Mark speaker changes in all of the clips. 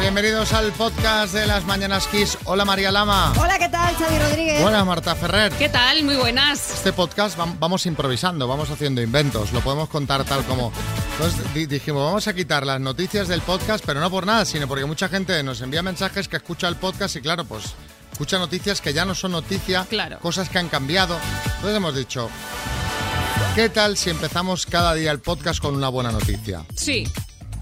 Speaker 1: Bienvenidos al podcast de las Mañanas Kiss. Hola María Lama.
Speaker 2: Hola, ¿qué tal, Xavi Rodríguez?
Speaker 1: Buenas Marta Ferrer.
Speaker 3: ¿Qué tal? Muy buenas.
Speaker 1: Este podcast vam- vamos improvisando, vamos haciendo inventos, lo podemos contar tal como... Entonces di- dijimos, vamos a quitar las noticias del podcast, pero no por nada, sino porque mucha gente nos envía mensajes que escucha el podcast y claro, pues escucha noticias que ya no son noticia,
Speaker 3: Claro.
Speaker 1: cosas que han cambiado. Entonces hemos dicho, ¿qué tal si empezamos cada día el podcast con una buena noticia?
Speaker 3: Sí,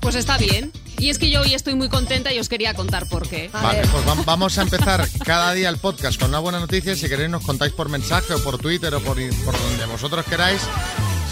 Speaker 3: pues está bien. Y es que yo hoy estoy muy contenta y os quería contar por qué.
Speaker 2: A
Speaker 1: Vale,
Speaker 2: ver.
Speaker 1: pues vam- vamos a empezar cada día el podcast con una buena noticia. Si queréis nos contáis por mensaje o por Twitter o por, por donde vosotros queráis.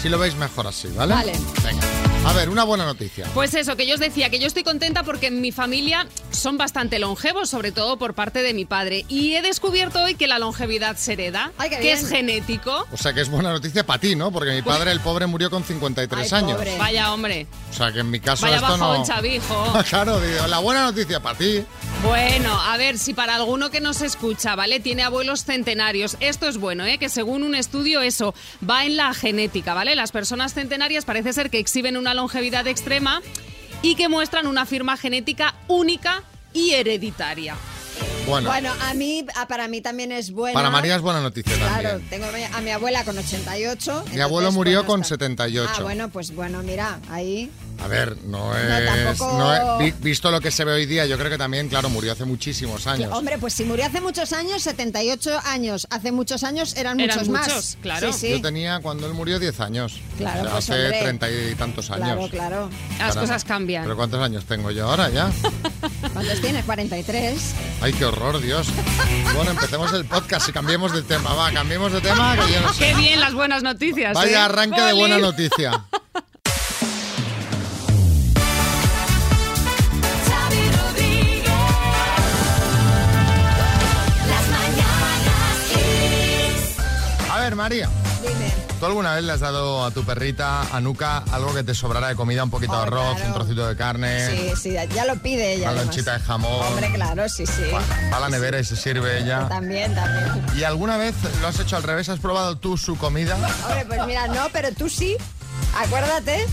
Speaker 1: Si lo veis mejor así, ¿vale?
Speaker 3: Vale.
Speaker 1: Venga. A ver, una buena noticia.
Speaker 3: Pues eso, que yo os decía que yo estoy contenta porque en mi familia son bastante longevos, sobre todo por parte de mi padre. Y he descubierto hoy que la longevidad se hereda,
Speaker 2: Ay, qué
Speaker 3: que
Speaker 2: bien.
Speaker 3: es genético.
Speaker 1: O sea que es buena noticia para ti, ¿no? Porque mi padre, el pobre, murió con 53
Speaker 2: Pues Ay,
Speaker 1: años.
Speaker 2: pobre.
Speaker 3: Vaya hombre,
Speaker 1: O sea que en mi caso
Speaker 3: vaya
Speaker 1: esto
Speaker 3: bajón,
Speaker 1: no.
Speaker 3: chavijo.
Speaker 1: claro, digo, la buena noticia para ti.
Speaker 3: Bueno, a ver, si para alguno que nos escucha, ¿vale? Tiene abuelos centenarios. Esto es bueno, ¿eh? Que según un estudio eso va en la genética, ¿vale? Las personas centenarias parece ser que exhiben una longevidad extrema y que muestran una firma genética única y hereditaria.
Speaker 1: Bueno,
Speaker 2: Bueno, a mí, a- para mí también es buena.
Speaker 1: para María es buena noticia
Speaker 2: Claro,
Speaker 1: también.
Speaker 2: tengo a mi abuela con 88.
Speaker 1: Mi abuelo murió con
Speaker 2: está.
Speaker 1: 78.
Speaker 2: Ah, bueno, pues bueno, mira, ahí.
Speaker 1: A ver, no es.
Speaker 2: tampoco-
Speaker 1: no es- vi- visto lo que se ve hoy día, yo creo que también, claro, murió hace muchísimos años.
Speaker 2: Hombre, pues si murió hace muchos años, 78 años. Hace muchos años eran,
Speaker 3: Eran
Speaker 2: muchos,
Speaker 3: muchos,
Speaker 2: más.
Speaker 3: claro.
Speaker 2: Sí,
Speaker 1: Yo
Speaker 2: sí.
Speaker 1: tenía cuando él murió 10 años.
Speaker 2: Claro,
Speaker 1: O sea,
Speaker 2: pues,
Speaker 1: hace
Speaker 2: hombre.
Speaker 1: treinta y tantos años.
Speaker 2: Claro, claro.
Speaker 3: Las
Speaker 1: Caramba.
Speaker 3: cosas cambian.
Speaker 1: ¿Pero cuántos años tengo yo ahora ya?
Speaker 2: ¿Cuántos tienes? 43.
Speaker 1: Ay, qué horror, Dios. Bueno, empecemos el podcast y cambiemos de tema. Va, cambiemos de tema que yo no sé.
Speaker 3: Qué bien las buenas noticias. ¿eh?
Speaker 1: Vaya arranque de buena
Speaker 3: Jolín.
Speaker 1: noticia.
Speaker 4: Xavi Rodríguez. Las mañanas Kiss.
Speaker 1: A ver, María.
Speaker 2: Dime.
Speaker 1: ¿Tú alguna vez le has dado a tu perrita, a Nuca, algo que te sobrara de comida? Un poquito de
Speaker 2: Oh,
Speaker 1: arroz,
Speaker 2: claro.
Speaker 1: un trocito de carne,
Speaker 2: Sí, sí, ya lo pide ella.
Speaker 1: una
Speaker 2: además.
Speaker 1: lonchita de jamón.
Speaker 2: Hombre, claro, sí, sí.
Speaker 1: Va a la nevera y se sirve ella.
Speaker 2: También, también.
Speaker 1: ¿Y alguna vez lo has hecho al revés? ¿Has probado tú su comida?
Speaker 2: Hombre, pues mira, no, pero tú sí. Acuérdate.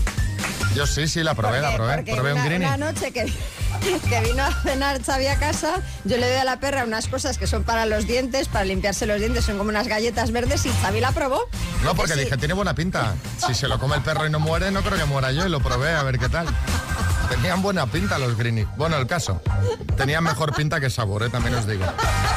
Speaker 1: Yo sí, sí, la probé, la
Speaker 2: porque-
Speaker 1: probé.
Speaker 2: porque
Speaker 1: Probé
Speaker 2: una,
Speaker 1: un greenie.
Speaker 2: una noche que, que vino a cenar Xavi a casa, yo le doy a la perra unas cosas que son para los dientes, para limpiarse los dientes, son como unas galletas verdes y Xavi la probó.
Speaker 1: No, porque
Speaker 2: Sí.
Speaker 1: dije, tiene buena pinta. Si se lo come el perro y no muere, no creo que muera yo y lo probé a ver qué tal. Tenían buena pinta los Greenies. Bueno, el caso. Tenían mejor pinta que sabor, ¿eh? también os digo.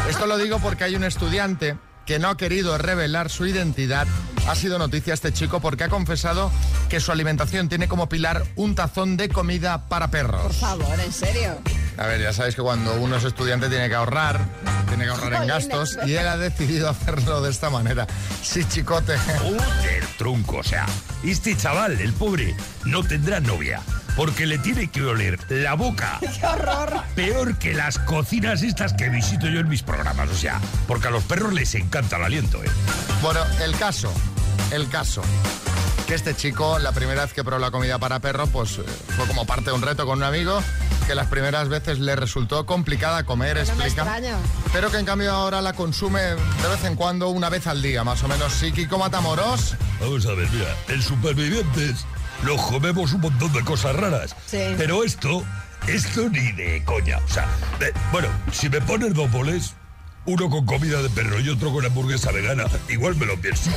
Speaker 1: Esto lo digo porque hay un estudiante que no ha querido revelar su identidad. Ha sido noticia este chico porque ha confesado que su alimentación tiene como pilar un tazón de comida para
Speaker 2: Por
Speaker 1: perros.
Speaker 2: favor, en serio.
Speaker 1: A ver, ya sabéis que cuando uno es estudiante tiene que ahorrar, tiene que ahorrar en
Speaker 2: Jolines.
Speaker 1: gastos y él ha decidido hacerlo de esta manera. Sí, chicote.
Speaker 5: Puta el tronco, o sea, este chaval, el pobre, no tendrá novia, porque le tiene que oler la boca
Speaker 2: ¡Qué horror!
Speaker 5: peor que las cocinas estas que visito yo en mis programas, o sea, porque a los perros les encanta el aliento, ¿eh?
Speaker 1: Bueno, el caso, el caso. Que este chico, la primera vez que probó la comida para perro, pues eh, fue como parte de un reto con un amigo, que las primeras veces le resultó complicada comer,
Speaker 2: No me
Speaker 1: explica.
Speaker 2: extraño.
Speaker 1: Pero que en cambio ahora la consume de vez en cuando, una vez al día, más o menos. Sí, Kiko Matamoros.
Speaker 5: Vamos a ver, mira, en Supervivientes nos comemos un montón de cosas raras,
Speaker 2: Sí.
Speaker 5: pero esto, esto ni de coña, o sea, eh, bueno, si me pones dos boles... Uno con comida de perro y otro con hamburguesa vegana. Igual me lo pienso.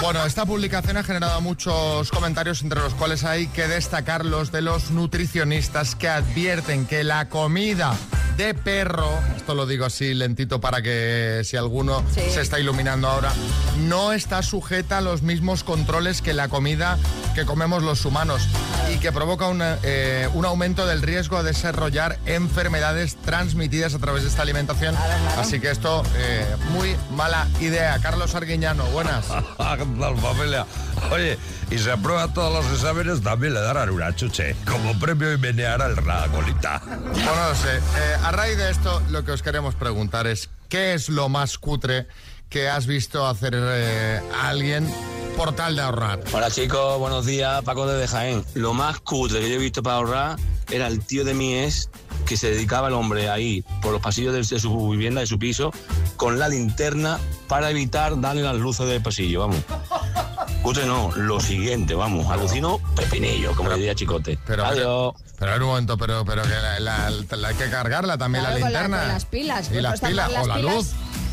Speaker 1: Bueno, esta publicación ha generado muchos comentarios, entre los cuales hay que destacar los de los nutricionistas que advierten que la comida de perro, esto lo digo así lentito para que si alguno
Speaker 2: Sí.
Speaker 1: se está iluminando ahora, no está sujeta a los mismos controles que la comida que comemos los humanos y que provoca un, eh, un aumento del riesgo de desarrollar enfermedades transmitidas a través de esta alimentación. Así que esto, eh, muy mala idea. Carlos Arguiñano, buenas.
Speaker 5: Ah, ¿qué tal, familia? Oye, y se aprueba todos los exámenes, también le darán una chuche. Como premio y meneará el racolita.
Speaker 1: Bueno, no sé. Eh, a raíz de esto, lo que os queremos preguntar es: ¿qué es lo más cutre que has visto hacer eh, a alguien por tal de ahorrar?
Speaker 6: Hola chicos, buenos días, Paco desde Jaén. Lo más cutre que yo he visto para ahorrar era el tío de mi ex que se dedicaba el hombre ahí por los pasillos de, de su vivienda, de su piso, con la linterna para evitar darle las luces del pasillo, vamos. Cutre no, lo siguiente, vamos. Alucino pepinillo, como
Speaker 1: Pero-
Speaker 6: diría Chicote.
Speaker 1: Pero,
Speaker 6: Adiós.
Speaker 1: pero a ver un momento, pero, pero que la, la- la- hay que cargarla también
Speaker 2: Claro,
Speaker 1: la
Speaker 2: con la-
Speaker 1: linterna.
Speaker 2: con las pilas.
Speaker 1: Y
Speaker 2: pues
Speaker 1: las
Speaker 2: cuesta más
Speaker 1: pilas,
Speaker 2: las
Speaker 1: o la
Speaker 2: pilas
Speaker 1: luz.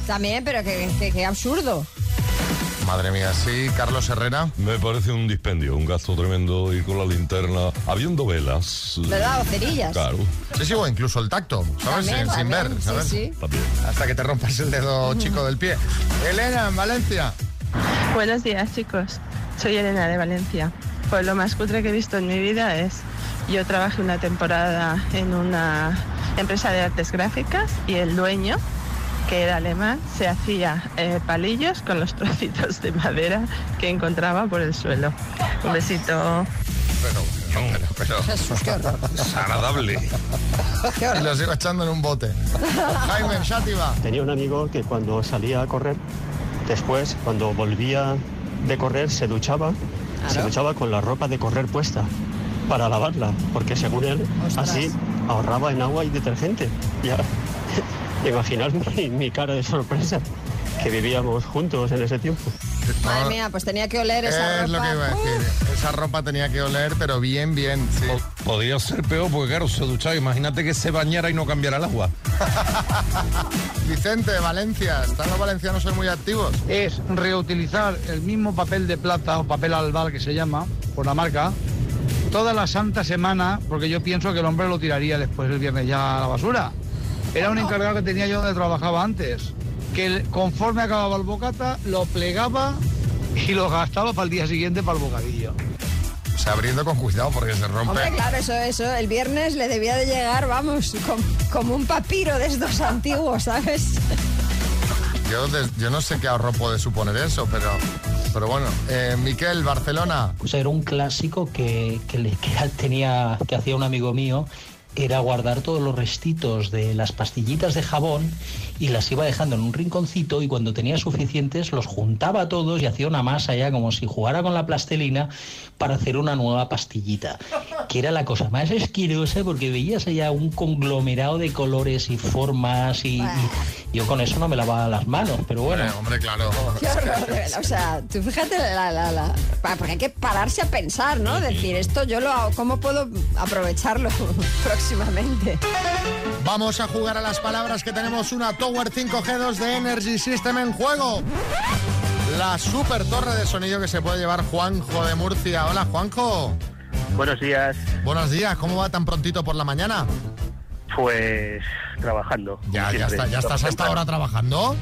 Speaker 2: También, pero que, que- que absurdo.
Speaker 1: Madre mía, sí, Carlos Herrera.
Speaker 5: Me parece un dispendio, un gasto tremendo ir con la linterna, habiendo velas.
Speaker 2: ¿Verdad? O cerillas.
Speaker 5: Claro,
Speaker 1: Sí, sí, o incluso el tacto, ¿sabes?
Speaker 2: También,
Speaker 1: sin, sin
Speaker 2: también,
Speaker 1: ver,
Speaker 2: sí,
Speaker 1: ¿sabes?
Speaker 2: sí.
Speaker 5: también.
Speaker 1: Hasta que te rompas el dedo chico del pie. Elena, en Valencia.
Speaker 7: Buenos días, chicos. Soy Elena de Valencia. Pues lo más cutre que he visto en mi vida es, yo trabajé una temporada en una empresa de artes gráficas y el dueño, que era alemán, se hacía eh, palillos con los trocitos de madera que encontraba por el suelo. Un besito.
Speaker 1: Pero, pero, pero.
Speaker 2: Jesús, qué horror.
Speaker 5: Agradable.
Speaker 1: Y lo sigo echando en un bote. Jaime, Shativa.
Speaker 8: Tenía un amigo que cuando salía a correr, después cuando volvía de correr se duchaba, se duchaba con la ropa de correr puesta para lavarla, porque según él
Speaker 2: Ostras.
Speaker 8: así ahorraba en agua y detergente. Ya imaginar mi, mi cara de sorpresa que vivíamos juntos en ese tiempo.
Speaker 2: Madre mía, pues tenía que oler esa
Speaker 1: Ah, Es
Speaker 2: ropa.
Speaker 1: lo que iba a decir. Esa ropa tenía que oler, pero bien, bien. Sí.
Speaker 9: Podría ser peor porque, claro, se duchaba. Imagínate que se bañara y no cambiara el agua.
Speaker 1: Vicente, de Valencia. Están los valencianos hoy muy activos.
Speaker 10: es reutilizar el mismo papel de plata o papel albal que se llama, por la marca, toda la santa semana, porque yo pienso que el hombre lo tiraría después el viernes ya a la basura. Era un encargado que tenía yo donde trabajaba antes, que el- conforme acababa el bocata, lo plegaba y lo gastaba para el día siguiente para el bocadillo.
Speaker 1: O sea, abriendo con cuidado porque se rompe.
Speaker 2: Hombre, claro, eso, eso. El viernes le debía de llegar, vamos, com- como un papiro de estos antiguos, ¿sabes?
Speaker 1: Yo, des- yo no sé qué ahorro puede suponer eso, pero, pero bueno. Eh, Miquel, Barcelona.
Speaker 11: O sea, era un clásico que, que le- que tenía, que hacía un amigo mío, era guardar todos los restitos de las pastillitas de jabón y las iba dejando en un rinconcito y cuando tenía suficientes los juntaba todos y hacía una masa ya como si jugara con la plastilina para hacer una nueva pastillita, que era la cosa más esquirosa porque veías allá un conglomerado de colores y formas y, y yo con eso no me lavaba las manos, pero bueno.
Speaker 1: Eh, hombre, claro.
Speaker 2: Qué horror, de verdad. O sea, tú fíjate, la, la, la, pa- porque hay que pararse a pensar, ¿no? Decir, esto yo lo hago, ¿cómo puedo aprovecharlo próximamente?
Speaker 1: Vamos a jugar a las palabras que tenemos una Tower 5G2 de Energy System en juego. La super torre de sonido que se puede llevar Juanjo de Murcia. Hola, Juanjo.
Speaker 8: Buenos días,
Speaker 1: Buenos días, ¿cómo va tan prontito por la mañana?
Speaker 8: pues trabajando.
Speaker 1: Ya, ya, está, ya estás hasta ahora trabajando.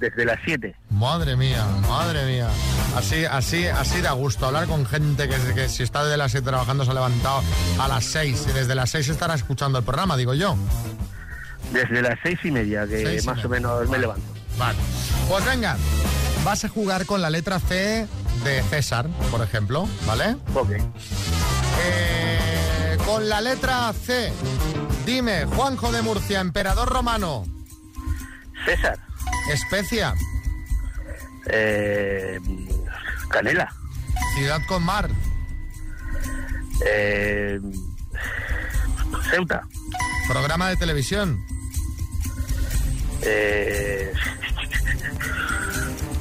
Speaker 8: Desde las 7.
Speaker 1: Madre mía, madre mía. Así, así, así da gusto hablar con gente que, que si está desde las 7 trabajando se ha levantado a las 6 y desde las 6 estará escuchando el programa, digo yo.
Speaker 8: Desde las seis y media, que
Speaker 1: Seis y
Speaker 8: más o
Speaker 1: media.
Speaker 8: menos me
Speaker 1: Vale.
Speaker 8: levanto.
Speaker 1: Vale. Pues venga, vas a jugar con la letra C de César, por ejemplo, ¿vale?
Speaker 8: Ok.
Speaker 1: Eh, con la letra C, dime, Juanjo de Murcia, emperador romano,
Speaker 8: César,
Speaker 1: especia,
Speaker 8: eh, Canela,
Speaker 1: ciudad con mar,
Speaker 8: eh, Ceuta,
Speaker 1: programa de televisión,
Speaker 8: eh,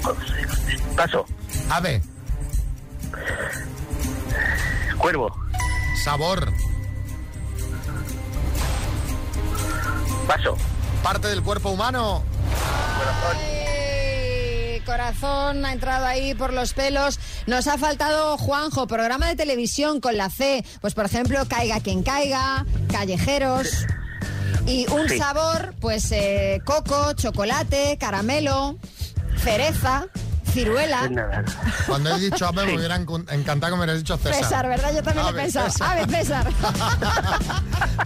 Speaker 8: Paso,
Speaker 1: ave,
Speaker 8: Cuervo,
Speaker 1: sabor,
Speaker 8: Paso,
Speaker 1: parte del cuerpo humano.
Speaker 2: Ay, Corazón ha entrado ahí por los pelos. Nos ha faltado Juanjo, programa de televisión con la C. Pues por ejemplo, Caiga quien caiga, Callejeros. Y un
Speaker 8: Sí.
Speaker 2: sabor, pues eh, coco, chocolate, caramelo, cereza,
Speaker 1: Pues
Speaker 2: ciruela.
Speaker 8: nada.
Speaker 1: Cuando he dicho ave, me hubiera encu- encantado que me hubieras dicho César.
Speaker 2: César, ¿verdad? Yo también lo
Speaker 1: Ave,
Speaker 2: he pensado.
Speaker 1: César.
Speaker 2: Ave César.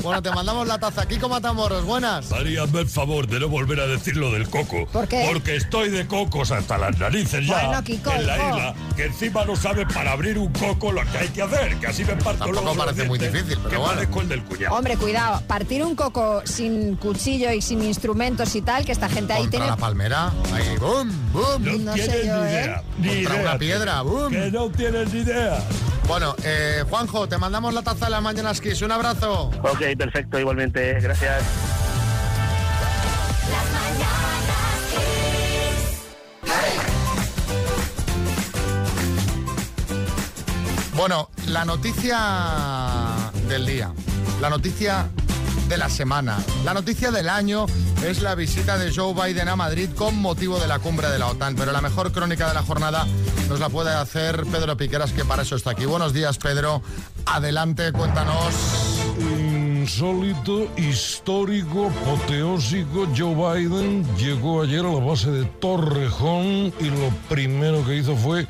Speaker 1: Bueno, te mandamos la taza aquí con Matamoros. Buenas.
Speaker 5: Haríame el favor de no volver a decir lo del coco.
Speaker 2: ¿Por qué?
Speaker 5: Porque estoy de cocos hasta las narices ya.
Speaker 2: Bueno, Kiko,
Speaker 5: en la
Speaker 2: hijo.
Speaker 5: isla, que encima no sabes para abrir un coco lo que hay que hacer, que así me parto
Speaker 1: Tampoco
Speaker 5: luego los
Speaker 1: parece muy
Speaker 5: dientes,
Speaker 1: difícil, pero
Speaker 5: que
Speaker 1: bueno.
Speaker 5: parezco el del cuñado.
Speaker 2: Hombre, cuidado. Partir un coco sin cuchillo y sin instrumentos y tal, que esta gente ahí
Speaker 1: Contra
Speaker 2: tiene...
Speaker 1: la palmera. Ahí, boom, boom.
Speaker 5: No,
Speaker 2: no sé
Speaker 5: tienes
Speaker 2: yo,
Speaker 5: ni
Speaker 2: ¿eh?
Speaker 5: idea. Ni
Speaker 1: Contra
Speaker 5: idea
Speaker 1: una
Speaker 5: tienes.
Speaker 1: piedra, boom.
Speaker 5: Que no tienes ni idea.
Speaker 1: Bueno, eh, Juanjo, te mandamos la taza de las mañanas Kiss. Un abrazo.
Speaker 8: Ok, perfecto, igualmente, gracias.
Speaker 4: Las mañanas Kiss.
Speaker 1: Bueno, la noticia del día, la noticia de la semana, la noticia del año es la visita de Joe Biden a Madrid con motivo de la cumbre de la OTAN. Pero la mejor crónica de la jornada nos la puede hacer Pedro Piqueras, que para eso está aquí. Buenos días, Pedro. Adelante, cuéntanos.
Speaker 5: Insólito, histórico, apoteósico, Joe Biden llegó ayer a la base de Torrejón y lo primero que hizo fue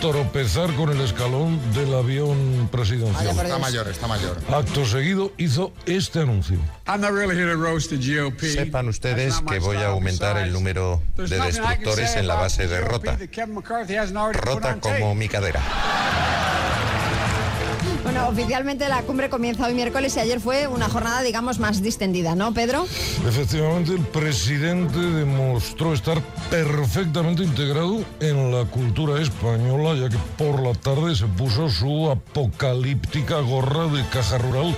Speaker 5: tropezar con el escalón del avión presidencial.
Speaker 1: Está mayor, está mayor.
Speaker 5: Acto seguido hizo este anuncio.
Speaker 12: Sepan ustedes que voy a aumentar el número de destructores en la base de Rota. Rota como mi cadera.
Speaker 2: Bueno, oficialmente la cumbre comienza hoy miércoles y ayer fue una jornada, digamos, más distendida, ¿no, Pedro?
Speaker 5: Efectivamente, el presidente demostró estar perfectamente integrado en la cultura española, ya que por la tarde se puso su apocalíptica gorra de caja rural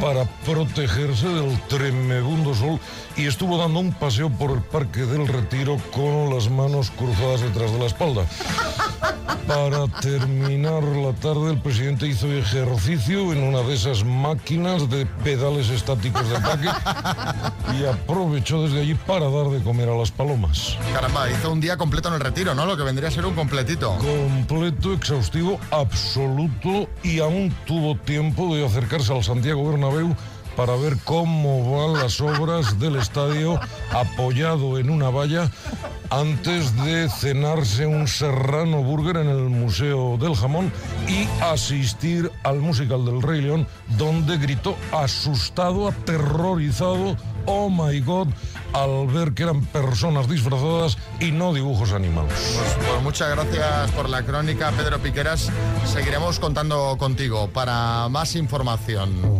Speaker 5: para protegerse del tremebundo sol y estuvo dando un paseo por el Parque del Retiro con las manos cruzadas detrás de la espalda. Para terminar la tarde, el presidente hizo ejercicio en una de esas máquinas de pedales estáticos de ataque y aprovechó desde allí para dar de comer a las palomas.
Speaker 1: Caramba, hizo un día completo en el retiro, ¿no? Lo que vendría a ser un completito.
Speaker 5: Completo, exhaustivo, absoluto y aún tuvo tiempo de acercarse al Santiago Bernabéu para ver cómo van las obras del estadio apoyado en una valla antes de cenarse un serrano burger en el Museo del Jamón y asistir al musical del Rey León donde gritó asustado, aterrorizado, oh my god, al ver que eran personas disfrazadas y no dibujos animados.
Speaker 1: Pues, pues muchas gracias por la crónica, Pedro Piqueras. Seguiremos contando contigo para más información.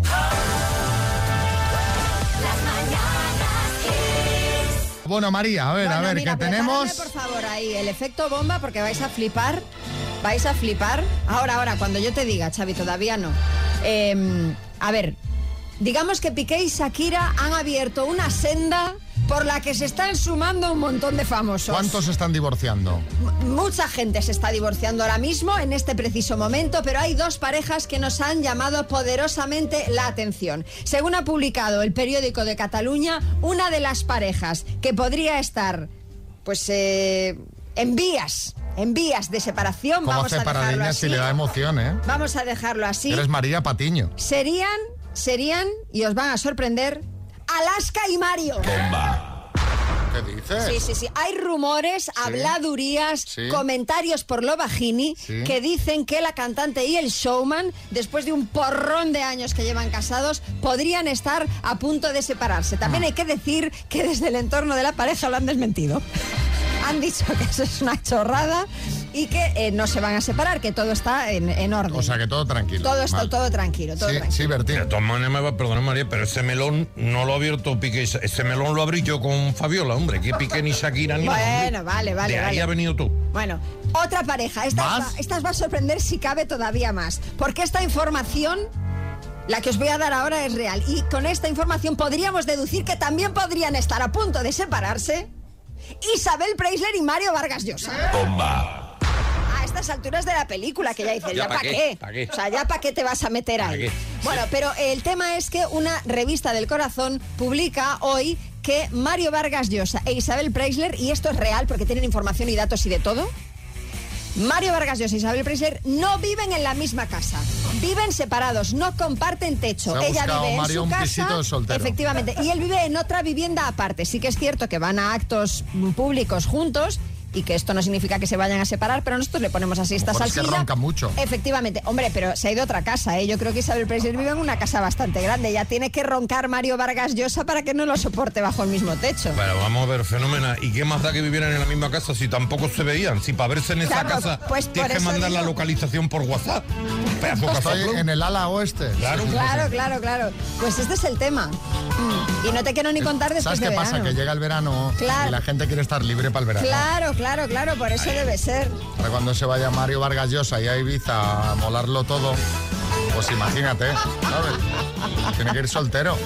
Speaker 4: Las mañanas Kiss.
Speaker 1: Bueno, María, a ver, a
Speaker 2: Bueno,
Speaker 1: ver,
Speaker 2: mira,
Speaker 1: que
Speaker 2: prepáradme,
Speaker 1: tenemos...
Speaker 2: por favor, ahí el efecto bomba porque vais a flipar. Vais a flipar. Ahora, ahora, cuando yo te diga, Xavi, todavía no. Eh, a ver, digamos que Piqué y Shakira han abierto una senda por la que se están sumando un montón de famosos.
Speaker 1: ¿Cuántos se están divorciando?
Speaker 2: Mucha gente se está divorciando ahora mismo, en este preciso momento, pero hay dos parejas que nos han llamado poderosamente la atención. Según ha publicado el periódico de Cataluña, una de las parejas que podría estar, pues, eh, en vías, en vías de separación,
Speaker 1: Como
Speaker 2: vamos
Speaker 1: hace
Speaker 2: a dejarlo
Speaker 1: Paradiñas si
Speaker 2: así,
Speaker 1: le da emoción, ¿eh?
Speaker 2: vamos a dejarlo así,
Speaker 1: Eres María Patiño.
Speaker 2: serían, serían, y os van a sorprender, Alaska y Mario.
Speaker 1: ¿Qué dices?
Speaker 2: Sí, sí, sí. Hay rumores, habladurías,
Speaker 1: Sí.
Speaker 2: comentarios por lo bajini
Speaker 1: Sí.
Speaker 2: que dicen que la cantante y el showman, después de un porrón de años que llevan casados, podrían estar a punto de separarse.
Speaker 1: Ah.
Speaker 2: También hay que decir que desde el entorno de la pareja lo han desmentido. Han dicho que eso es una chorrada y que eh, no se van a separar, que todo está en, en orden.
Speaker 1: O sea que todo tranquilo.
Speaker 2: todo está
Speaker 1: Vale.
Speaker 2: todo tranquilo, todo
Speaker 1: Sí,
Speaker 2: tranquilo.
Speaker 1: sí, Bertín.
Speaker 9: De todas maneras me va a perdonar María, pero ese melón no lo ha abierto Piqué. y Sa- Ese melón lo abrí yo con Fabiola, hombre. Que Piqué ni Shakira ni nada, hombre.
Speaker 2: Bueno, vale, vale.
Speaker 9: De ahí
Speaker 2: vale.
Speaker 9: ha venido tú.
Speaker 2: Bueno, otra pareja. Estas
Speaker 9: ¿Más?
Speaker 2: va- estas va a sorprender si cabe todavía más. Porque esta información, la que os voy a dar ahora, es real. Y con esta información podríamos deducir que también podrían estar a punto de separarse Isabel Preisler y Mario Vargas Llosa.
Speaker 9: Oh. Bomba.
Speaker 2: A estas alturas de la película, que ya dices,
Speaker 9: Ya
Speaker 2: ¿ya,
Speaker 9: pa'
Speaker 2: para
Speaker 9: qué,
Speaker 2: qué?
Speaker 9: pa' qué.
Speaker 2: O sea, ¿ya para qué te vas a meter
Speaker 9: ¿Pa'
Speaker 2: ahí?
Speaker 9: qué?
Speaker 2: Bueno, pero el tema es que una revista del corazón publica hoy que Mario Vargas Llosa e Isabel Preisler, y esto es real porque tienen información y datos y de todo, Mario Vargas Llosa y Isabel Preisler no viven en la misma casa. Viven separados, no comparten techo.
Speaker 1: Se ha
Speaker 2: Ella
Speaker 1: buscado,
Speaker 2: vive en
Speaker 1: Mario,
Speaker 2: su
Speaker 1: un
Speaker 2: casa.
Speaker 1: pisito de soltero.
Speaker 2: Efectivamente. Y él vive en otra vivienda aparte. Sí que es cierto que van a actos mm, públicos juntos. Y que esto no significa que se vayan a separar, pero nosotros le ponemos así esta
Speaker 1: mejor es que
Speaker 2: salsilla.
Speaker 1: ronca mucho.
Speaker 2: Eh, Efectivamente. Hombre, pero se ha ido a otra casa, ¿eh? Yo creo que Isabel Preisler vive en una casa bastante grande. Ya tiene que roncar Mario Vargas Llosa para que no lo soporte bajo el mismo techo.
Speaker 9: Pero vamos a ver, fenómena. ¿Y qué más da que vivieran en la misma casa si tampoco se veían? Si para verse en esa
Speaker 2: Claro,
Speaker 9: casa
Speaker 2: pues por
Speaker 9: tienes que
Speaker 2: eso
Speaker 9: mandar la
Speaker 2: digo.
Speaker 9: localización por WhatsApp. Pedazo de
Speaker 1: Estoy
Speaker 9: cazablón.
Speaker 1: en el ala oeste.
Speaker 9: Claro.
Speaker 2: Claro, claro, claro. Pues este es el tema. Mm. Y no te quiero ni contar después
Speaker 1: ¿Sabes
Speaker 2: de
Speaker 1: qué
Speaker 2: verano.
Speaker 1: pasa? Que llega el verano
Speaker 2: Claro.
Speaker 1: y la gente quiere estar libre para el verano.
Speaker 2: Claro, claro, claro, por eso debe ser.
Speaker 1: Para cuando se vaya Mario Vargas Llosa y a Ibiza a molarlo todo, pues imagínate, ¿sabes? Tiene que ir soltero.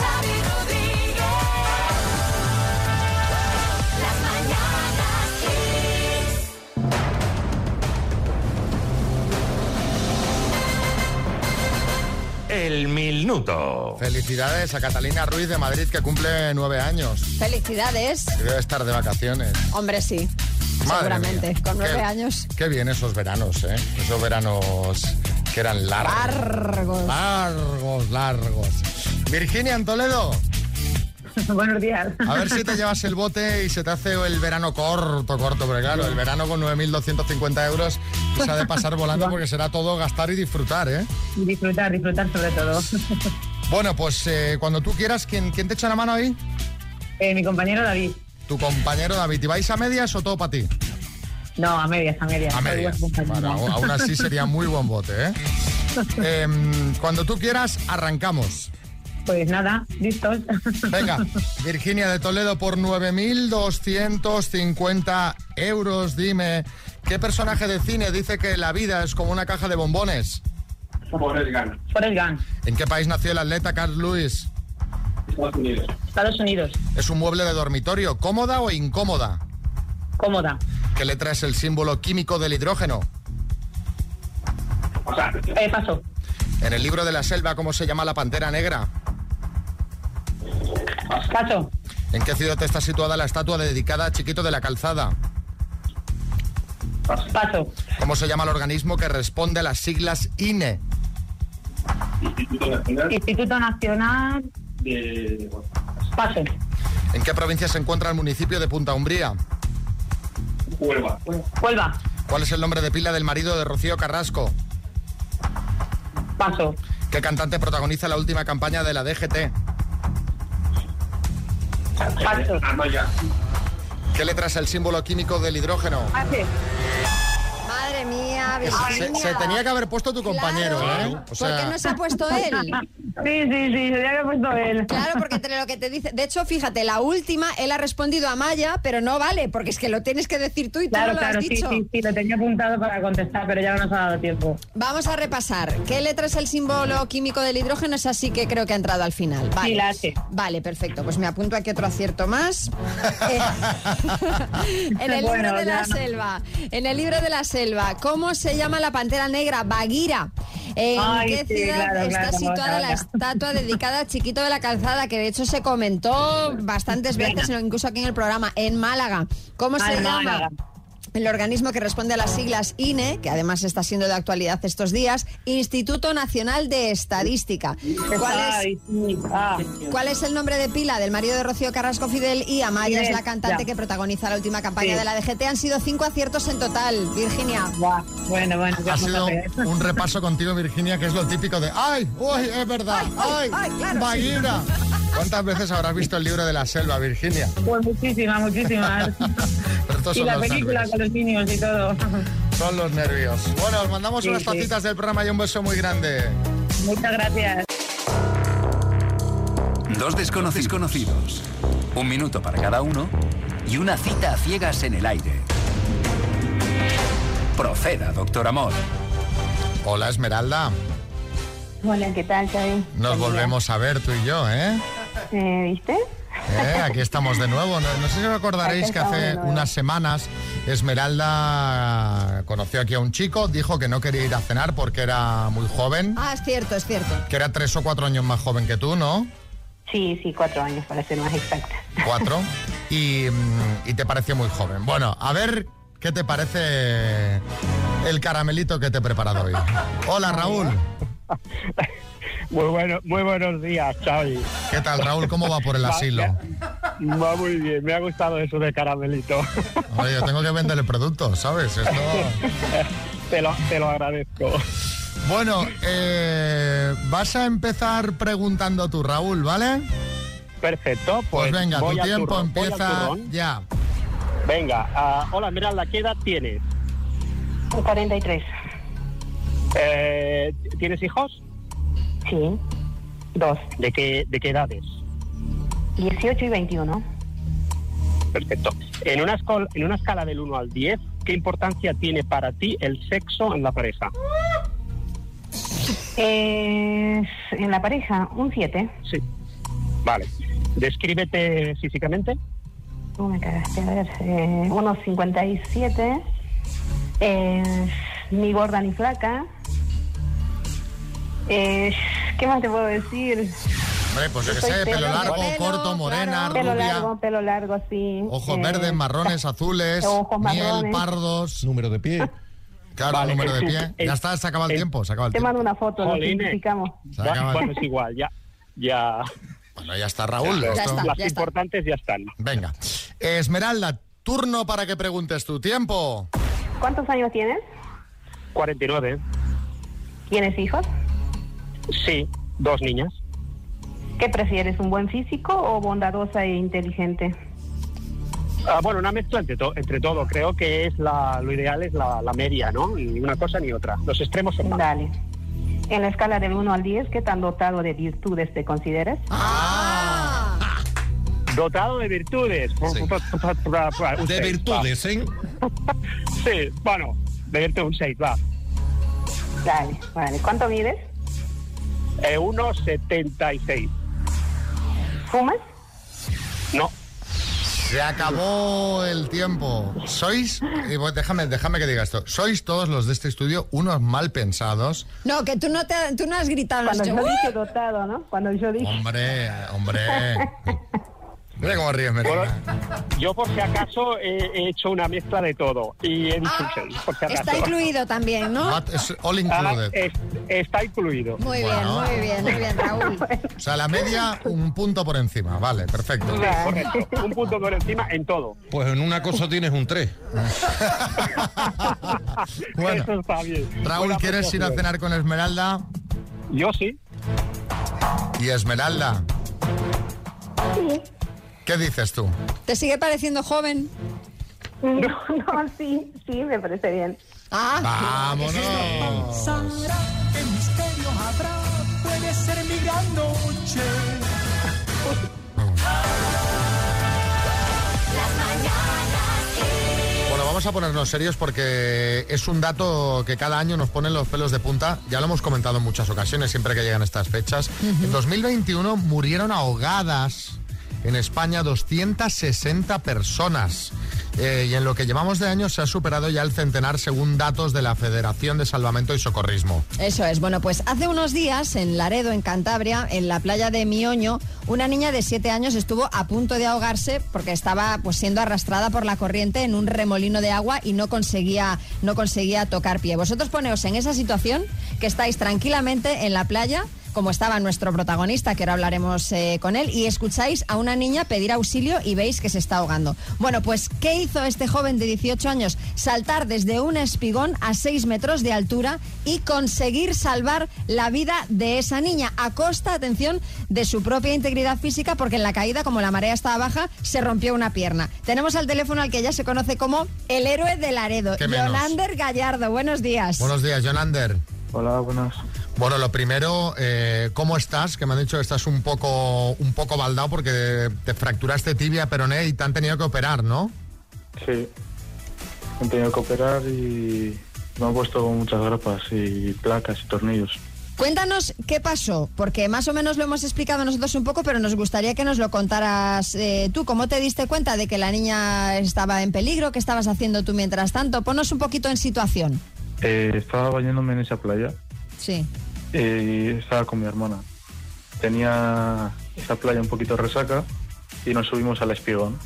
Speaker 4: Xavi Rodríguez. Las mañanas Kiss.
Speaker 9: del minuto.
Speaker 1: Felicidades a Catalina Ruiz de Madrid que cumple nueve años.
Speaker 2: Felicidades.
Speaker 1: Debe estar de vacaciones.
Speaker 2: Hombre, sí.
Speaker 1: Madre
Speaker 2: seguramente.
Speaker 1: mía.
Speaker 2: Con nueve
Speaker 1: Qué-
Speaker 2: años.
Speaker 1: Qué bien esos veranos, ¿eh? Esos veranos que eran largos.
Speaker 2: Largos.
Speaker 1: Ah. Largos, largos. Virginia en Toledo.
Speaker 13: Buenos días.
Speaker 1: A ver si te llevas el bote y se te hace el verano corto, corto, porque claro, el verano con 9.250 euros se ha de pasar volando porque será todo gastar y disfrutar, ¿eh?
Speaker 13: Disfrutar, disfrutar sobre todo.
Speaker 1: Bueno, pues eh, cuando tú quieras, ¿quién, quién te echa la mano ahí?
Speaker 13: Eh, mi compañero David.
Speaker 1: Tu compañero David. ¿Y vais a medias o todo para ti?
Speaker 13: No, a medias, a medias.
Speaker 1: A
Speaker 13: Soy
Speaker 1: medias.
Speaker 13: buen compañero.
Speaker 1: Bueno, aún así sería muy buen bote, ¿eh? Em, cuando tú quieras, arrancamos.
Speaker 13: Pues nada, listos.
Speaker 1: Venga, Virginia de Toledo por 9.250 euros. Dime, ¿qué personaje de cine dice que la vida es como una caja de bombones?
Speaker 13: Por el GAN,
Speaker 1: ¿En qué país nació el atleta Carl Lewis? Estados Unidos.
Speaker 13: Estados Unidos.
Speaker 1: ¿Es un mueble de dormitorio cómoda o incómoda?
Speaker 13: Cómoda.
Speaker 1: ¿Qué letra es el símbolo químico del hidrógeno?
Speaker 13: Eh, paso.
Speaker 1: En el libro de la selva, ¿cómo se llama la pantera negra?
Speaker 13: Paso.
Speaker 1: ¿En qué ciudad está situada la estatua dedicada a Chiquito de la Calzada?
Speaker 13: Paso.
Speaker 1: ¿Cómo se llama el organismo que responde a las siglas E? INE?
Speaker 13: Instituto Nacional. Paso.
Speaker 1: ¿En qué provincia se encuentra el municipio de Punta Umbría? Huelva.
Speaker 13: Huelva.
Speaker 1: ¿Cuál es el nombre de pila del marido de Rocío Carrasco?
Speaker 13: Paso.
Speaker 1: ¿Qué cantante protagoniza la última campaña de la DGT?
Speaker 13: Paso.
Speaker 1: ¿Qué letra es el símbolo químico del hidrógeno?
Speaker 2: Madre mía,
Speaker 1: Se,
Speaker 2: Virginia.
Speaker 1: se tenía que haber puesto tu compañero,
Speaker 2: Claro,
Speaker 1: ¿eh? O sea,
Speaker 2: ¿Por qué no se ha puesto él?
Speaker 13: Sí, sí, sí, se había puesto él.
Speaker 2: Claro, porque te- lo que te dice. De hecho, fíjate, la última, él ha respondido a Maya, pero no vale, porque es que lo tienes que decir tú y tú
Speaker 13: Claro,
Speaker 2: no lo
Speaker 13: claro,
Speaker 2: has
Speaker 13: sí,
Speaker 2: dicho.
Speaker 13: sí, sí, lo tenía apuntado para contestar, pero ya no nos ha dado tiempo.
Speaker 2: Vamos a repasar. ¿Qué letra es el símbolo químico del hidrógeno? Es así que creo que ha entrado al final. Vale.
Speaker 13: Sí, la hace.
Speaker 2: Vale, perfecto. Pues me apunto aquí otro acierto más. Eh, en el libro
Speaker 13: Bueno,
Speaker 2: de la
Speaker 13: ya no.
Speaker 2: selva. En el libro de la selva. ¿Cómo se llama la pantera negra? Baguira. Eh, ¿En
Speaker 13: Ay,
Speaker 2: qué
Speaker 13: sí,
Speaker 2: ciudad
Speaker 13: claro,
Speaker 2: está
Speaker 13: claro,
Speaker 2: situada
Speaker 13: claro.
Speaker 2: la estatua dedicada a Chiquito de la Calzada? Que de hecho se comentó bastantes veces, incluso aquí en el programa. En Málaga. ¿Cómo se
Speaker 13: Al
Speaker 2: llama?
Speaker 13: Málaga.
Speaker 2: El organismo que responde a las siglas INE, que además está siendo de actualidad estos días, Instituto Nacional de Estadística. ¿Cuál
Speaker 13: Ay, sí, ah.
Speaker 2: es, cuál es el nombre de pila del marido de Rocío Carrasco Fidel y Amaya es la
Speaker 13: Fidel,
Speaker 2: cantante
Speaker 13: ya.
Speaker 2: que protagoniza la última campaña
Speaker 13: Sí.
Speaker 2: de la DGT? Han sido cinco aciertos en total, Virginia.
Speaker 13: Bueno, bueno, ya
Speaker 1: ha
Speaker 13: vamos a
Speaker 1: sido
Speaker 13: ver.
Speaker 1: un repaso contigo, Virginia, que es lo típico de ¡Ay! ¡Uy! ¡Es verdad! ¡Ay! ¡Baguira! ¿Cuántas veces habrás visto el libro de la selva, Virginia?
Speaker 13: Pues muchísimas, muchísimas.
Speaker 1: Pero estos
Speaker 13: y
Speaker 1: son
Speaker 13: la
Speaker 1: los
Speaker 13: película
Speaker 1: nervios.
Speaker 13: con los niños y todo.
Speaker 1: Son los nervios. Bueno, os mandamos
Speaker 13: Sí,
Speaker 1: unas
Speaker 13: sí.
Speaker 1: tacitas del programa y un beso muy grande.
Speaker 13: Muchas gracias.
Speaker 14: Dos desconocidos conocidos. Un minuto para cada uno y una cita a ciegas en el aire. Proceda, doctor Amor.
Speaker 1: Hola, Esmeralda.
Speaker 15: Hola, ¿qué tal, Xavi?
Speaker 1: Nos volvemos a ver tú y yo, ¿eh?
Speaker 15: Eh, ¿Viste?
Speaker 1: Eh, Aquí estamos de nuevo. No, no sé si os acordaréis
Speaker 15: Aquí
Speaker 1: que
Speaker 15: estamos de
Speaker 1: hace
Speaker 15: nuevo.
Speaker 1: unas semanas Esmeralda conoció aquí a un chico, dijo que no quería ir a cenar porque era muy joven,
Speaker 2: Ah, es cierto, es cierto.
Speaker 1: que era tres o cuatro años más joven que tú, ¿no?
Speaker 15: Sí, sí, cuatro años, para ser más exacta.
Speaker 1: Cuatro. Y, mm, y te pareció muy joven. Bueno, a ver qué te parece el caramelito que te he preparado hoy. Hola, Raúl.
Speaker 16: Muy, bueno, muy buenos días, Xavi.
Speaker 1: ¿Qué tal, Raúl? ¿Cómo va por el
Speaker 16: Va-
Speaker 1: asilo?
Speaker 16: Va muy bien, me ha gustado eso de caramelito.
Speaker 1: Oye, yo tengo que vender el producto, ¿sabes? Esto...
Speaker 16: Te lo, te lo agradezco.
Speaker 1: Bueno, eh, vas a empezar preguntando tú, Raúl, ¿vale?
Speaker 16: Perfecto,
Speaker 1: Pues, venga, tu
Speaker 16: voy al
Speaker 1: tiempo
Speaker 16: turrón, voy al
Speaker 1: empieza
Speaker 16: turrón.
Speaker 1: ya.
Speaker 16: Venga, ah, hola Esmeralda, ¿qué edad tienes?
Speaker 15: 43.
Speaker 16: Eh, ¿Tienes hijos?
Speaker 15: Sí, dos.
Speaker 16: ¿De qué, ¿De qué edades?
Speaker 15: 18 y 21.
Speaker 16: Perfecto. En una, escol- en una escala del 1 al 10, ¿qué importancia tiene para ti el sexo en la pareja?
Speaker 15: Eh, en la pareja, un 7.
Speaker 16: Sí. Vale. Descríbete físicamente.
Speaker 15: Tú me cagaste, a ver. Eh, unos 57. Eh, ni gorda ni flaca. Eh, ¿Qué más te puedo decir?
Speaker 1: Hombre, pues yo qué
Speaker 15: Soy
Speaker 1: sé, pelo
Speaker 15: pelo,
Speaker 1: largo,
Speaker 15: pelo,
Speaker 1: corto, morena,
Speaker 15: Pelo
Speaker 1: rubia,
Speaker 15: largo, pelo largo, sí.
Speaker 1: ojos
Speaker 15: Eh,
Speaker 1: verdes, marrones, azules,
Speaker 15: ojos
Speaker 1: miel,
Speaker 15: marrones.
Speaker 1: pardos. Número de pie. Claro,
Speaker 16: Vale,
Speaker 1: número de
Speaker 16: el-
Speaker 1: pie.
Speaker 16: el-
Speaker 1: ya está, se acaba el,
Speaker 16: el-
Speaker 1: tiempo, se acaba el
Speaker 15: Te
Speaker 1: tiempo.
Speaker 15: mando una foto, lo
Speaker 16: Jolines.
Speaker 15: simplificamos.
Speaker 1: Se acaba-
Speaker 16: Bueno, es igual, ya. ya.
Speaker 1: Bueno, ya está, Raúl.
Speaker 16: Ya
Speaker 1: esto-
Speaker 16: está, Las ya está. importantes ya están.
Speaker 1: Venga. Esmeralda, turno para que preguntes tu tiempo.
Speaker 15: ¿Cuántos años tienes?
Speaker 16: 49.
Speaker 15: ¿Tienes hijos?
Speaker 16: Sí, dos niñas.
Speaker 15: ¿Qué prefieres, un buen físico o bondadosa e inteligente?
Speaker 16: Ah, bueno, una mezcla entre, to- entre todo. Creo que es la, lo ideal es la, la media, ¿no? Ni una cosa ni otra. Los extremos son malos.
Speaker 15: Dale. En la escala del 1 al 10, ¿qué tan dotado de virtudes te consideras?
Speaker 16: Dotado de virtudes.
Speaker 9: De virtudes,
Speaker 16: ¿eh? sí, bueno, de virtudes un 6, va.
Speaker 15: Dale, vale. ¿Cuánto mides?
Speaker 16: Eh, 1,76.
Speaker 15: ¿Fumas?
Speaker 16: No.
Speaker 1: Se acabó el tiempo. Sois, y bueno, déjame, déjame que diga esto, sois todos los de este estudio unos mal pensados.
Speaker 2: No, que tú no, te, tú no has gritado.
Speaker 15: Cuando
Speaker 2: has dicho,
Speaker 15: yo
Speaker 2: "Uh".
Speaker 15: dije dotado, ¿no? Cuando yo dije...
Speaker 1: Hombre, Eh, hombre. Mira cómo ríes, Merina.
Speaker 16: Yo por si acaso he, he hecho una mezcla de todo y he dicho un 6, por
Speaker 15: Ah,
Speaker 16: si acaso.
Speaker 2: Está incluido también, ¿no?
Speaker 1: What is all
Speaker 16: Ah,
Speaker 1: included.
Speaker 16: es- está incluido.
Speaker 2: Muy
Speaker 1: Bueno.
Speaker 2: bien, muy bien, muy bien, Raúl.
Speaker 1: O sea, la media, un punto por encima. Vale, perfecto.
Speaker 16: Sí, correcto. Un punto por encima en todo.
Speaker 9: Pues en una cosa tienes un 3.
Speaker 1: Bueno.
Speaker 16: Eso está bien.
Speaker 1: Raúl,
Speaker 16: Buena
Speaker 1: ¿quieres ir a
Speaker 16: apreciación.
Speaker 1: cenar con Esmeralda?
Speaker 16: Yo sí.
Speaker 1: ¿Y Esmeralda? ¿Qué dices tú?
Speaker 2: ¿Te sigue pareciendo joven?
Speaker 15: No, no, sí, sí, me parece bien.
Speaker 2: Ah,
Speaker 1: ¡Vámonos!
Speaker 4: Sandra, qué misterio habrá, puede ser mi gran noche.
Speaker 1: Bueno, vamos a ponernos serios porque es un dato que cada año nos ponen los pelos de punta. Ya lo hemos comentado en muchas ocasiones, siempre que llegan estas fechas. En 2021 murieron ahogadas en España 260 personas. Eh, y en lo que llevamos de año se ha superado ya el centenar según datos de la Federación de Salvamento y Socorrismo.
Speaker 2: Eso es. Bueno, pues hace unos días en Laredo, en Cantabria, en la playa de Mioño, una niña de 7 años estuvo a punto de ahogarse porque estaba pues siendo arrastrada por la corriente en un remolino de agua y no conseguía no conseguía tocar pie. Vosotros poneos en esa situación que estáis tranquilamente en la playa como estaba nuestro protagonista, que ahora hablaremos eh, con él, y escucháis a una niña pedir auxilio y veis que se está ahogando. Bueno, pues, ¿qué hizo este joven de 18 años? Saltar desde un espigón a 6 metros de altura y conseguir salvar la vida de esa niña, a costa, atención, de su propia integridad física, porque en la caída, como la marea estaba baja, se rompió una pierna. Tenemos al teléfono al que ya se conoce como el héroe de Laredo,
Speaker 1: Qué menos.
Speaker 2: Yonander Gallardo. Buenos días.
Speaker 1: Buenos días, Jonander.
Speaker 17: Hola, buenas.
Speaker 1: Bueno, lo primero, eh, ¿cómo estás? Que me han dicho que estás un poco, un poco baldado porque te fracturaste tibia, peroné y te han tenido que operar, ¿no?
Speaker 17: Sí. Me he tenido que operar y me han puesto muchas grapas y placas y tornillos.
Speaker 2: Cuéntanos qué pasó, porque más o menos lo hemos explicado nosotros un poco, pero nos gustaría que nos lo contaras eh, tú. ¿Cómo te diste cuenta de que la niña estaba en peligro? ¿Qué estabas haciendo tú mientras tanto? Ponos un poquito en situación.
Speaker 17: Eh, estaba bañándome en esa playa
Speaker 2: Sí.
Speaker 17: eh, y estaba con mi hermana. Tenía esa playa un poquito resaca y nos subimos al espigón.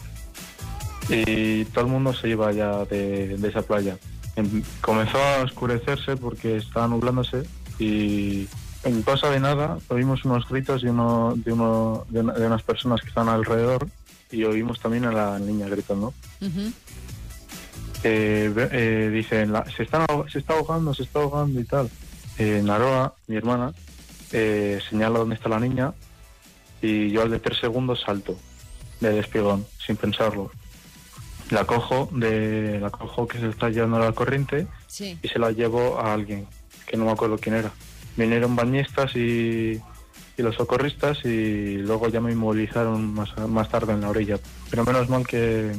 Speaker 17: Y todo el mundo se iba ya de, de esa playa. Em- comenzó a oscurecerse porque estaba nublándose y en cosa de nada oímos unos gritos de, uno, de, uno, de, una- de unas personas que estaban alrededor y oímos también a la niña gritando. Eh, ve- eh, dicen, la- se, están ahoga- se está ahogando, se está ahogando y tal. Eh, Naroa, mi hermana, eh, señala dónde está la niña y yo al de tres segundos salto del espigón, sin pensarlo. La cojo, de, la cojo que se está llevando la corriente
Speaker 2: Sí.
Speaker 17: y se la llevo a alguien, que no me acuerdo quién era. Vinieron bañistas y, y los socorristas y luego ya me inmovilizaron más, más tarde en la orilla. Pero menos mal que,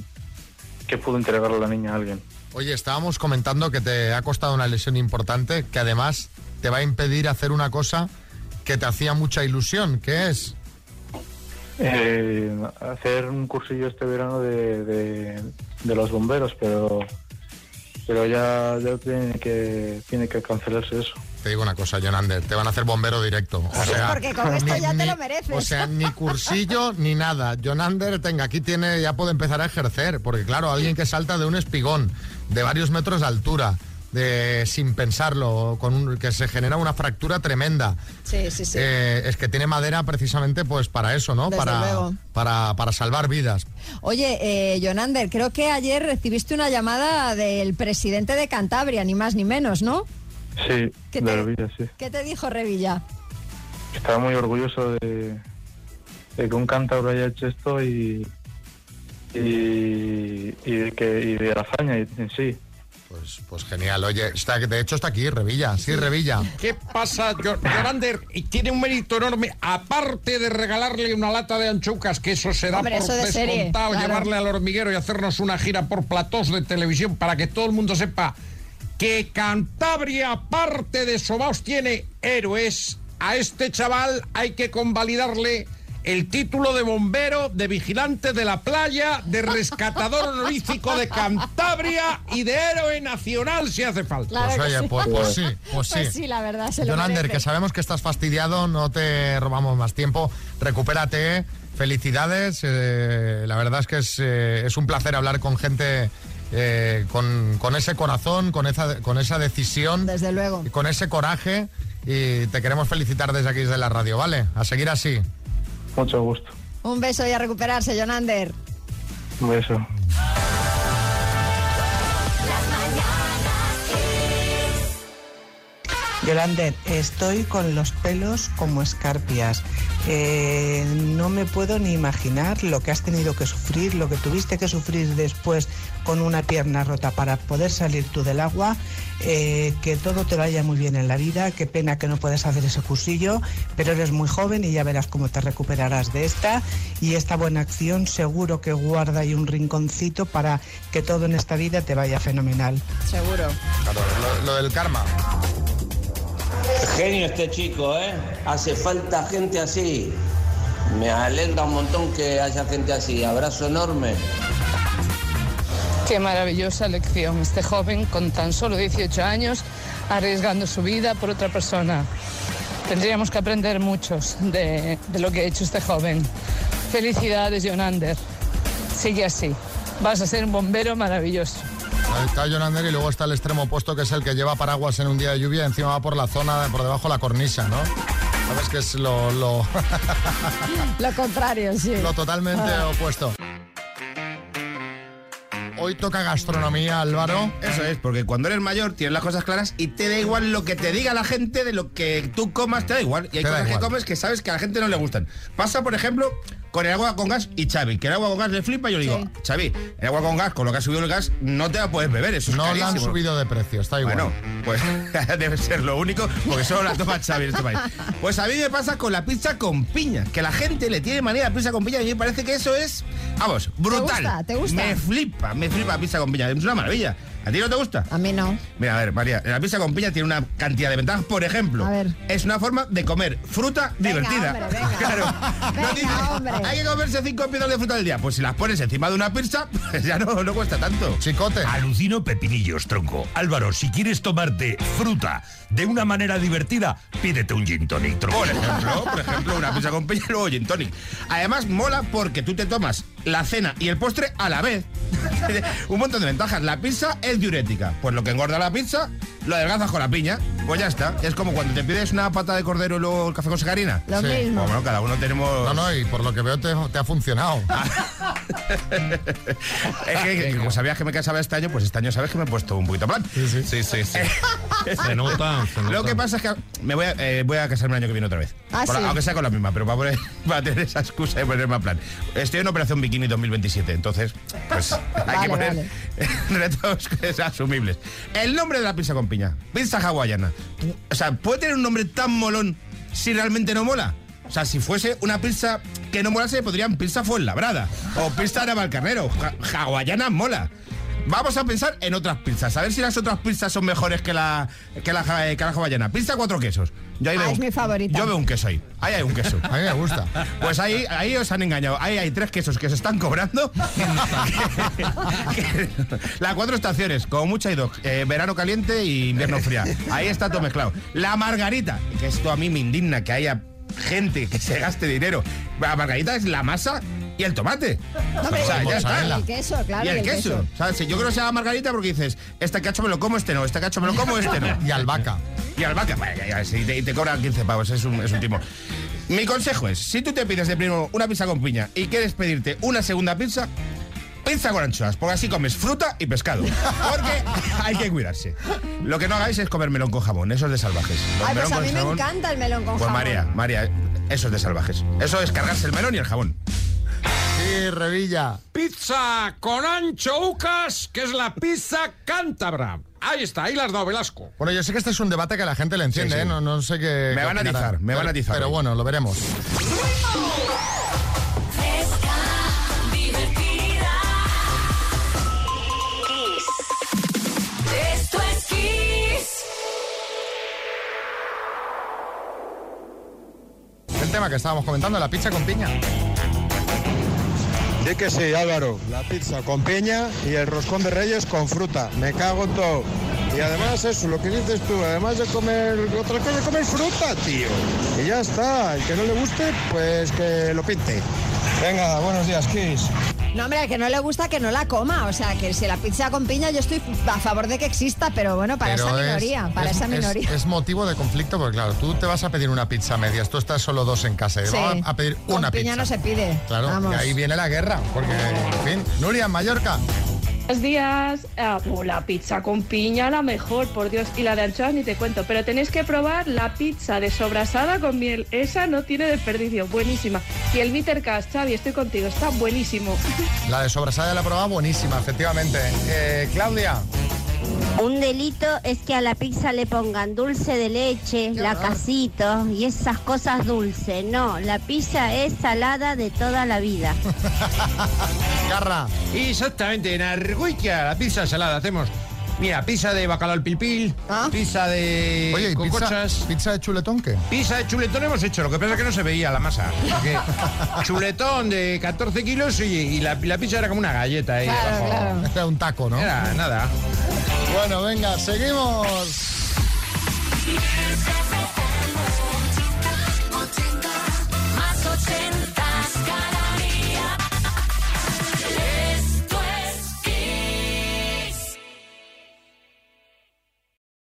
Speaker 17: que pude entregar a la niña a alguien.
Speaker 1: Oye, estábamos comentando que te ha costado una lesión importante que además te va a impedir hacer una cosa que te hacía mucha ilusión, que es
Speaker 17: Eh, hacer un cursillo este verano de, de- de los bomberos, pero Pero ya, ya tiene, que, tiene que cancelarse eso.
Speaker 1: Te digo una cosa, Jonander, te van a hacer bombero directo. O sea,
Speaker 2: Porque con esto ya te lo mereces.
Speaker 1: O sea, ni cursillo ni nada. Jonander, tenga, aquí tiene, ya puede empezar a ejercer, porque claro, alguien que salta de un espigón de varios metros de altura, de sin pensarlo, con un- que se genera una fractura tremenda.
Speaker 2: Sí, sí, sí.
Speaker 1: Eh, es que tiene madera precisamente pues para eso, ¿no?
Speaker 2: Desde
Speaker 1: Para,
Speaker 2: luego.
Speaker 1: para, para salvar vidas.
Speaker 2: Oye, eh, Jonander, creo que ayer recibiste una llamada del presidente de Cantabria, ni más ni menos, ¿no?
Speaker 17: Sí,
Speaker 2: ¿Qué
Speaker 17: de
Speaker 2: te-
Speaker 17: Revilla, sí.
Speaker 2: ¿Qué te dijo Revilla?
Speaker 17: Estaba muy orgulloso de, de que un cántabro haya hecho esto y, y, y de, que, y de la hazaña en sí.
Speaker 1: Pues, pues genial, oye, está, de hecho está aquí, Revilla, sí, Revilla.
Speaker 9: ¿Qué pasa, Jor- Jorander? Y tiene un mérito enorme, aparte de regalarle una lata de anchucas, que eso se da
Speaker 2: Hombre,
Speaker 9: por
Speaker 2: eso de serie,
Speaker 9: descontado,
Speaker 2: claro.
Speaker 9: llevarle al hormiguero y hacernos una gira por platós de televisión para que todo el mundo sepa que Cantabria, aparte de Sobaos, tiene héroes. A este chaval hay que convalidarle el título de bombero, de vigilante de la playa, de rescatador honorífico de Cantabria y de héroe nacional si hace falta.
Speaker 2: Claro
Speaker 1: Pues oye, pues, pues sí, pues sí.
Speaker 2: Pues sí, la verdad, se lo
Speaker 1: Jonander, que
Speaker 2: merece.
Speaker 1: sabemos que estás fastidiado, no te robamos más tiempo. Recupérate, ¿eh? felicidades. eh, la verdad es que es, eh, es un placer hablar con gente eh, con, con ese corazón, con esa, con esa decisión.
Speaker 2: Desde luego.
Speaker 1: Y con ese coraje. Y te queremos felicitar desde aquí, desde la radio, ¿vale? A seguir así.
Speaker 17: Mucho gusto.
Speaker 2: Un beso y a recuperarse, Jonander.
Speaker 17: Un beso.
Speaker 18: Yolander, estoy con los pelos como escarpias. Eh, no me puedo ni imaginar lo que has tenido que sufrir, lo que tuviste que sufrir después con una pierna rota para poder salir tú del agua. Eh, que todo te vaya muy bien en la vida. Qué pena que no puedes hacer ese cursillo, pero eres muy joven y ya verás cómo te recuperarás de esta. Y esta buena acción seguro que guarda ahí un rinconcito para que todo en esta vida te vaya fenomenal.
Speaker 2: Seguro.
Speaker 1: Claro, lo, lo del karma.
Speaker 19: Genio este chico, ¿eh? Hace falta gente así. Me alegra un montón que haya gente así. Abrazo enorme.
Speaker 20: Qué maravillosa lección. Este joven con tan solo 18 años arriesgando su vida por otra persona. Tendríamos que aprender muchos de, de lo que ha hecho este joven. Felicidades, Jonander. Sigue así. Vas a ser un bombero maravilloso.
Speaker 1: Ahí Está Jonander y luego está el extremo opuesto, que es el que lleva paraguas en un día de lluvia y encima va por la zona, por debajo de la cornisa, ¿no? Sabes que es lo- lo...
Speaker 2: Lo contrario, sí.
Speaker 1: Lo totalmente
Speaker 2: Ah.
Speaker 1: opuesto. Hoy toca gastronomía, Álvaro.
Speaker 21: Eso es, porque cuando eres mayor tienes las cosas claras y te da igual lo que te diga la gente de lo que tú comas, te da igual. Y hay
Speaker 1: Te da
Speaker 21: cosas
Speaker 1: igual.
Speaker 21: que comes que sabes que a la gente no le gustan. Pasa, por ejemplo, con el agua con gas y Xavi, que el agua con gas le flipa y yo le digo, Xavi, el agua con gas, con lo que ha subido el gas, no te la puedes beber, eso es
Speaker 1: No la han
Speaker 21: carísimo".
Speaker 1: subido de precio, está igual.
Speaker 21: Bueno, pues debe ser lo único, porque solo la toma Xavi en este país. Pues a mí me pasa con la pizza con piña, que la gente le tiene manía a la pizza con piña y a mí me parece que eso es, vamos, brutal.
Speaker 2: gusta? ¿Te gusta?
Speaker 21: Me flipa, me flipa la pizza con piña, es una maravilla. ¿A ti no te gusta?
Speaker 2: A mí no.
Speaker 21: Mira, a ver, María, la pizza con piña tiene una cantidad de ventajas. Por ejemplo, es una forma de comer fruta divertida.
Speaker 2: hombre, venga.
Speaker 21: Claro.
Speaker 4: Ah,
Speaker 21: No dice, Hay que comerse cinco piezas de fruta al día. Pues si las pones encima de una pizza, pues ya no, no cuesta tanto.
Speaker 1: Chicote.
Speaker 22: Alucino pepinillos, tronco. Álvaro, si quieres tomarte fruta de una manera divertida, pídete un gin tonic, tronco.
Speaker 21: Por ejemplo, por ejemplo, una pizza con piña y luego gin tonic. Además, mola porque tú te tomas la cena y el postre a la vez. Un montón de ventajas. La pizza es diurética. Pues lo que engorda la pizza, lo adelgazas con la piña. Pues ya está. Es como cuando te pides una pata de cordero y luego el café con sacarina.
Speaker 1: Lo Sí. mismo.
Speaker 21: Bueno, cada uno tenemos...
Speaker 1: No, no, y por lo que veo te, te ha funcionado.
Speaker 21: Es que, que como sabías que me casaba este año, pues este año sabes que me he puesto un poquito plan. Sí, sí, sí.
Speaker 9: Se nota, se
Speaker 21: Lo
Speaker 9: nota.
Speaker 21: que pasa es que me voy a, eh, voy a casarme el año que viene otra vez.
Speaker 9: Ah,
Speaker 21: Con la-
Speaker 9: sí.
Speaker 21: Aunque sea con la misma, pero para, poner- para tener esa excusa de ponerme a plan. Estoy en Operación Bikini 2027, entonces pues hay
Speaker 4: Vale,
Speaker 21: que poner retos que sean asumibles. El nombre de la pizza con piña. Pizza hawaiana. O sea, ¿puede tener un nombre tan molón si realmente no mola? O sea, si fuese una pizza que no molase, podrían pizza Fuenlabrada. O pizza de Navalcarnero. Ja- hawaiana mola. Vamos a pensar en otras pizzas. A ver si las otras pizzas son mejores que la, que la, ja- que la hawaiana. Pizza cuatro quesos. Yo ahí
Speaker 2: Ah,
Speaker 21: veo
Speaker 2: es
Speaker 21: un-
Speaker 2: mi favorita.
Speaker 21: Yo veo un queso ahí. Ahí hay un queso. A mí me gusta. Pues ahí, ahí os han engañado. Ahí hay tres quesos que se están cobrando. Las cuatro estaciones, como mucho hay dos. eh, verano caliente y invierno fría. Ahí está todo mezclado. La margarita, que esto a mí me indigna que haya gente que se gaste dinero. La margarita es la masa y el tomate. O
Speaker 2: No,
Speaker 21: sea,
Speaker 2: pero-
Speaker 21: Pues ya está.
Speaker 2: el queso, claro.
Speaker 21: Y el queso. O sea, si yo creo que sea la margarita porque dices, este cacho me lo como, este no, este cacho me lo como, este no. Y albahaca. Y albahaca, vaya, pues, ya, si te, y te cobran 15 pavos, es un, es un timo. Mi consejo es, si tú te pides de primero una pizza con piña y quieres pedirte una segunda pizza, pizza con anchoas, porque así comes fruta y pescado. Porque hay que cuidarse. Lo que no hagáis es comer melón con jamón, eso es de salvajes. Los
Speaker 2: Ay, pues
Speaker 21: melón
Speaker 2: a
Speaker 21: con
Speaker 2: mí me
Speaker 21: jamón,
Speaker 2: encanta el melón con
Speaker 21: Pues
Speaker 2: jamón.
Speaker 21: María, María, eso es de salvajes. Eso es cargarse el melón y el jamón.
Speaker 1: Sí, Revilla.
Speaker 9: Pizza con anchoucas, que es la pizza cántabra. Ahí está, ahí las dos, Velasco.
Speaker 1: Bueno, yo sé que este es un debate que la gente le enciende,
Speaker 9: Sí, sí.
Speaker 1: ¿eh? No, no sé qué.
Speaker 9: Me
Speaker 1: qué
Speaker 9: van a
Speaker 1: opinarán.
Speaker 9: atizar, me van a atizar
Speaker 1: Pero
Speaker 9: hoy.
Speaker 1: bueno, lo veremos.
Speaker 4: Divertida. Esto es Kiss.
Speaker 1: El tema que estábamos comentando, la pizza con piña.
Speaker 3: Sí que sí, Álvaro. La pizza con piña y el roscón de reyes con fruta. Me cago en todo. Y además eso, lo que dices tú, además de comer otra cosa, comer fruta, tío. Y ya está, el que no le guste, pues que lo pinte. Venga, buenos días, Kiss.
Speaker 2: No, hombre, al que no le gusta que no la coma. O sea, que si la pizza con piña yo estoy a favor de que exista, pero bueno, para
Speaker 1: Pero
Speaker 2: esa
Speaker 1: es-
Speaker 2: minoría, para
Speaker 1: es-
Speaker 2: esa
Speaker 1: es-
Speaker 2: minoría.
Speaker 1: Es, motivo de conflicto porque, claro, tú te vas a pedir una pizza a medias, tú estás solo dos en casa y
Speaker 2: Sí.
Speaker 1: vamos a pedir
Speaker 2: Con
Speaker 1: una
Speaker 2: piña
Speaker 1: pizza.
Speaker 2: no se pide.
Speaker 1: Claro,
Speaker 2: Vamos.
Speaker 1: y ahí viene la guerra, porque, en fin, Nuria, en Mallorca.
Speaker 6: Buenos días. Ah, pues la pizza con piña, la mejor, por Dios. Y la de anchoas ni te cuento. Pero tenéis que probar la pizza de sobrasada con miel. Esa no tiene desperdicio. Buenísima. Y el Bittercast, Xavi, estoy contigo. Está buenísimo.
Speaker 1: La de sobrasada de la probada, buenísima, efectivamente. Eh, Claudia.
Speaker 23: Un delito es que a la pizza le pongan dulce de leche, la casito y esas cosas dulces. No, la pizza es salada de toda la vida.
Speaker 1: Garra.
Speaker 9: Exactamente, en Argoilla, la pizza salada hacemos. Mira, pizza de bacalao al pilpil, pizza de
Speaker 1: Oye, ¿y pizza,
Speaker 9: cocochas,
Speaker 1: pizza de chuletón qué?
Speaker 9: pizza de chuletón hemos hecho, lo que pasa es que no se veía la masa. porque chuletón de 14 kilos y, y la, la pizza era como una galleta. ahí abajo.
Speaker 1: Era un taco, ¿no?
Speaker 9: Era nada.
Speaker 1: Bueno, venga, seguimos.